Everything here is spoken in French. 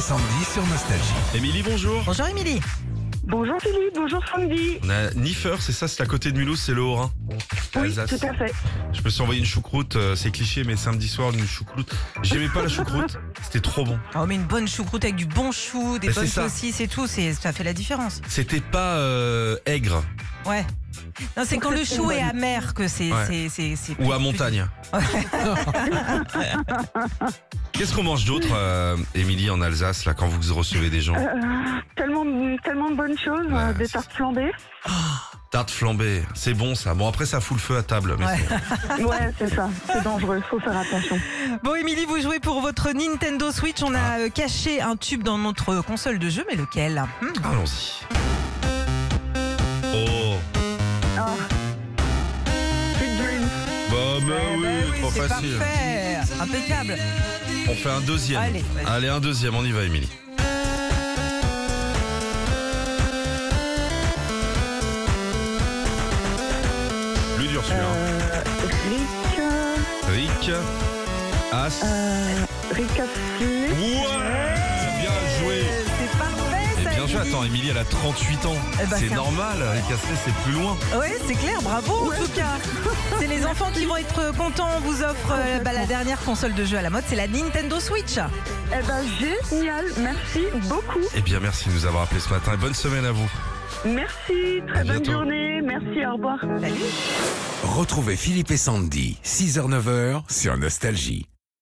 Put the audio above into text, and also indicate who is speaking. Speaker 1: Sandy sur Nostalgie.
Speaker 2: Émilie, bonjour.
Speaker 3: Bonjour Émilie.
Speaker 4: Bonjour Philippe, bonjour Sandy.
Speaker 2: On a Niffer, c'est ça, c'est à côté de Mulhouse, c'est le Haut-Rhin.
Speaker 4: Oui,
Speaker 2: Alsace.
Speaker 4: tout à fait.
Speaker 2: Je me suis envoyé une choucroute, euh, c'est cliché, mais samedi soir, une choucroute. J'aimais pas la choucroute, c'était trop bon.
Speaker 3: Ah, On met une bonne choucroute avec du bon chou, des
Speaker 2: Bah, c'est
Speaker 3: bonnes
Speaker 2: ça.
Speaker 3: saucisses et tout, c'est ça fait la différence.
Speaker 2: C'était pas euh, aigre
Speaker 3: Ouais. Non, c'est quand le chou est amer que c'est
Speaker 2: Ouais.
Speaker 3: c'est c'est c'est
Speaker 2: ou à montagne. Qu'est-ce qu'on mange d'autre, euh, Émilie, en Alsace, là, quand vous recevez des gens
Speaker 4: Euh, tellement, tellement de bonnes choses,
Speaker 2: Ouais,
Speaker 4: euh, des
Speaker 2: c'est
Speaker 4: tartes flambées.
Speaker 2: Tarte flambée, c'est bon ça. Bon, après, ça fout le feu à table. Mais
Speaker 3: Ouais.
Speaker 2: c'est-
Speaker 4: Ouais, c'est ça, c'est dangereux, faut faire attention.
Speaker 3: Bon Émilie, vous jouez pour votre Nintendo Switch, on
Speaker 2: Ah.
Speaker 3: a euh, caché un tube dans notre console de jeu, mais lequel
Speaker 2: Ah
Speaker 3: Hmm.
Speaker 2: Allons-y. Oh,
Speaker 4: Ah. Sweet dreams.
Speaker 2: bah, mais
Speaker 3: Eh
Speaker 2: oui,
Speaker 3: ben
Speaker 2: trop
Speaker 3: c'est
Speaker 2: facile.
Speaker 3: parfait, impeccable.
Speaker 2: On fait un deuxième.
Speaker 3: Allez, vas-y.
Speaker 2: Allez, un deuxième, on y va, Émilie. Plus dur celui-là.
Speaker 4: Euh, Rick, euh,
Speaker 2: Rick, As.
Speaker 4: euh, Rick Astley.
Speaker 2: Ouais Bien joué
Speaker 3: C'est parfait
Speaker 2: Et
Speaker 3: ça.
Speaker 2: bien joué,
Speaker 3: Émilie.
Speaker 2: attends, Émilie, elle a 38 ans.
Speaker 3: Eh ben,
Speaker 2: c'est
Speaker 3: c'est un-
Speaker 2: normal, Rick Astley, c'est plus loin.
Speaker 3: Ouais, c'est clair, bravo en tout cas. C'est les enfants qui vont être contents. On vous offre euh, bah, la dernière console de jeu à la mode, c'est la Nintendo Switch.
Speaker 4: Eh ben, génial, merci beaucoup.
Speaker 2: Eh bien, merci de nous avoir appelés ce matin et bonne semaine à vous.
Speaker 4: Merci,
Speaker 2: À
Speaker 4: très bonne
Speaker 2: bientôt.
Speaker 4: journée, merci, au revoir.
Speaker 3: Salut.
Speaker 1: Retrouvez Philippe et Sandy, 6h-9h sur Nostalgie.